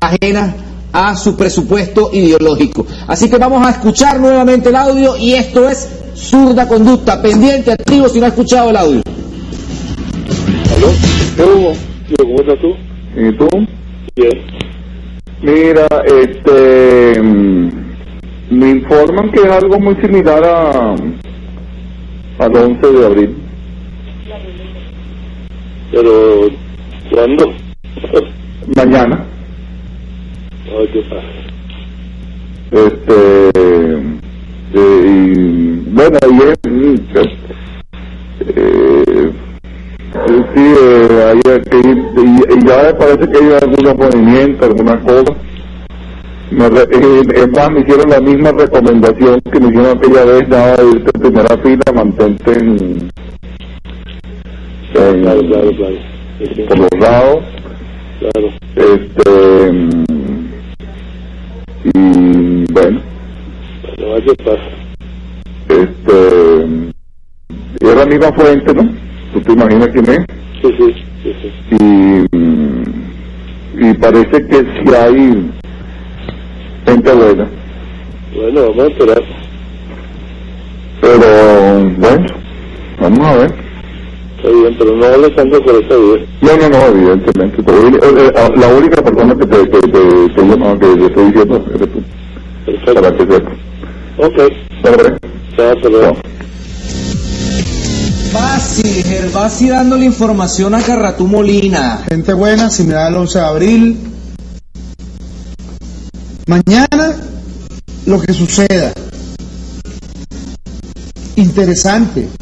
ajenas a su presupuesto ideológico. Así que vamos a escuchar nuevamente el audio y esto es zurda conducta. Pendiente, activo si no ha escuchado el audio. ¿Aló? ¿Qué hubo? Tío, ¿cómo estás tú? ¿Y tú? Bien. Mira, este. mm, Me informan que es algo muy similar a. al 11 de abril. Pero, ¿cuándo? Mañana. Ay, ¿qué pasa? Este. eh, y, bueno, y es. mm, eh, eh, sí, eh, hay que ir- Y, y ya parece que hay algunos movimientos, algunas cosas. Me re- eh, es más, me hicieron la misma recomendación que me hicieron aquella vez, nada de irte en primera fila, mantente en, en- Claro, claro, claro. Sí, sí, por los lados, claro. este, mm, y bueno, Bueno, ay, ¿qué pasa? este, y es la misma fuente, ¿no? Tú te imaginas quién es, Sí, sí, sí, sí. y, mm, y parece que sí hay gente buena, Bueno, vamos a esperar. pero bueno, vamos a ver. Está bien, pero no hables tanto por esta vida. No, no, no, evidentemente. pero, eh, eh, la única persona que te, que, que, que yo- no, que yo estoy diciendo eres tú, para Perfecto. que sepas. Ok. Hombre, Ya, hasta no. luego. Fácil, Gervasi dándole información a Carratú Molina. Gente buena, similar al 11 de abril. Mañana, lo que suceda. Interesante.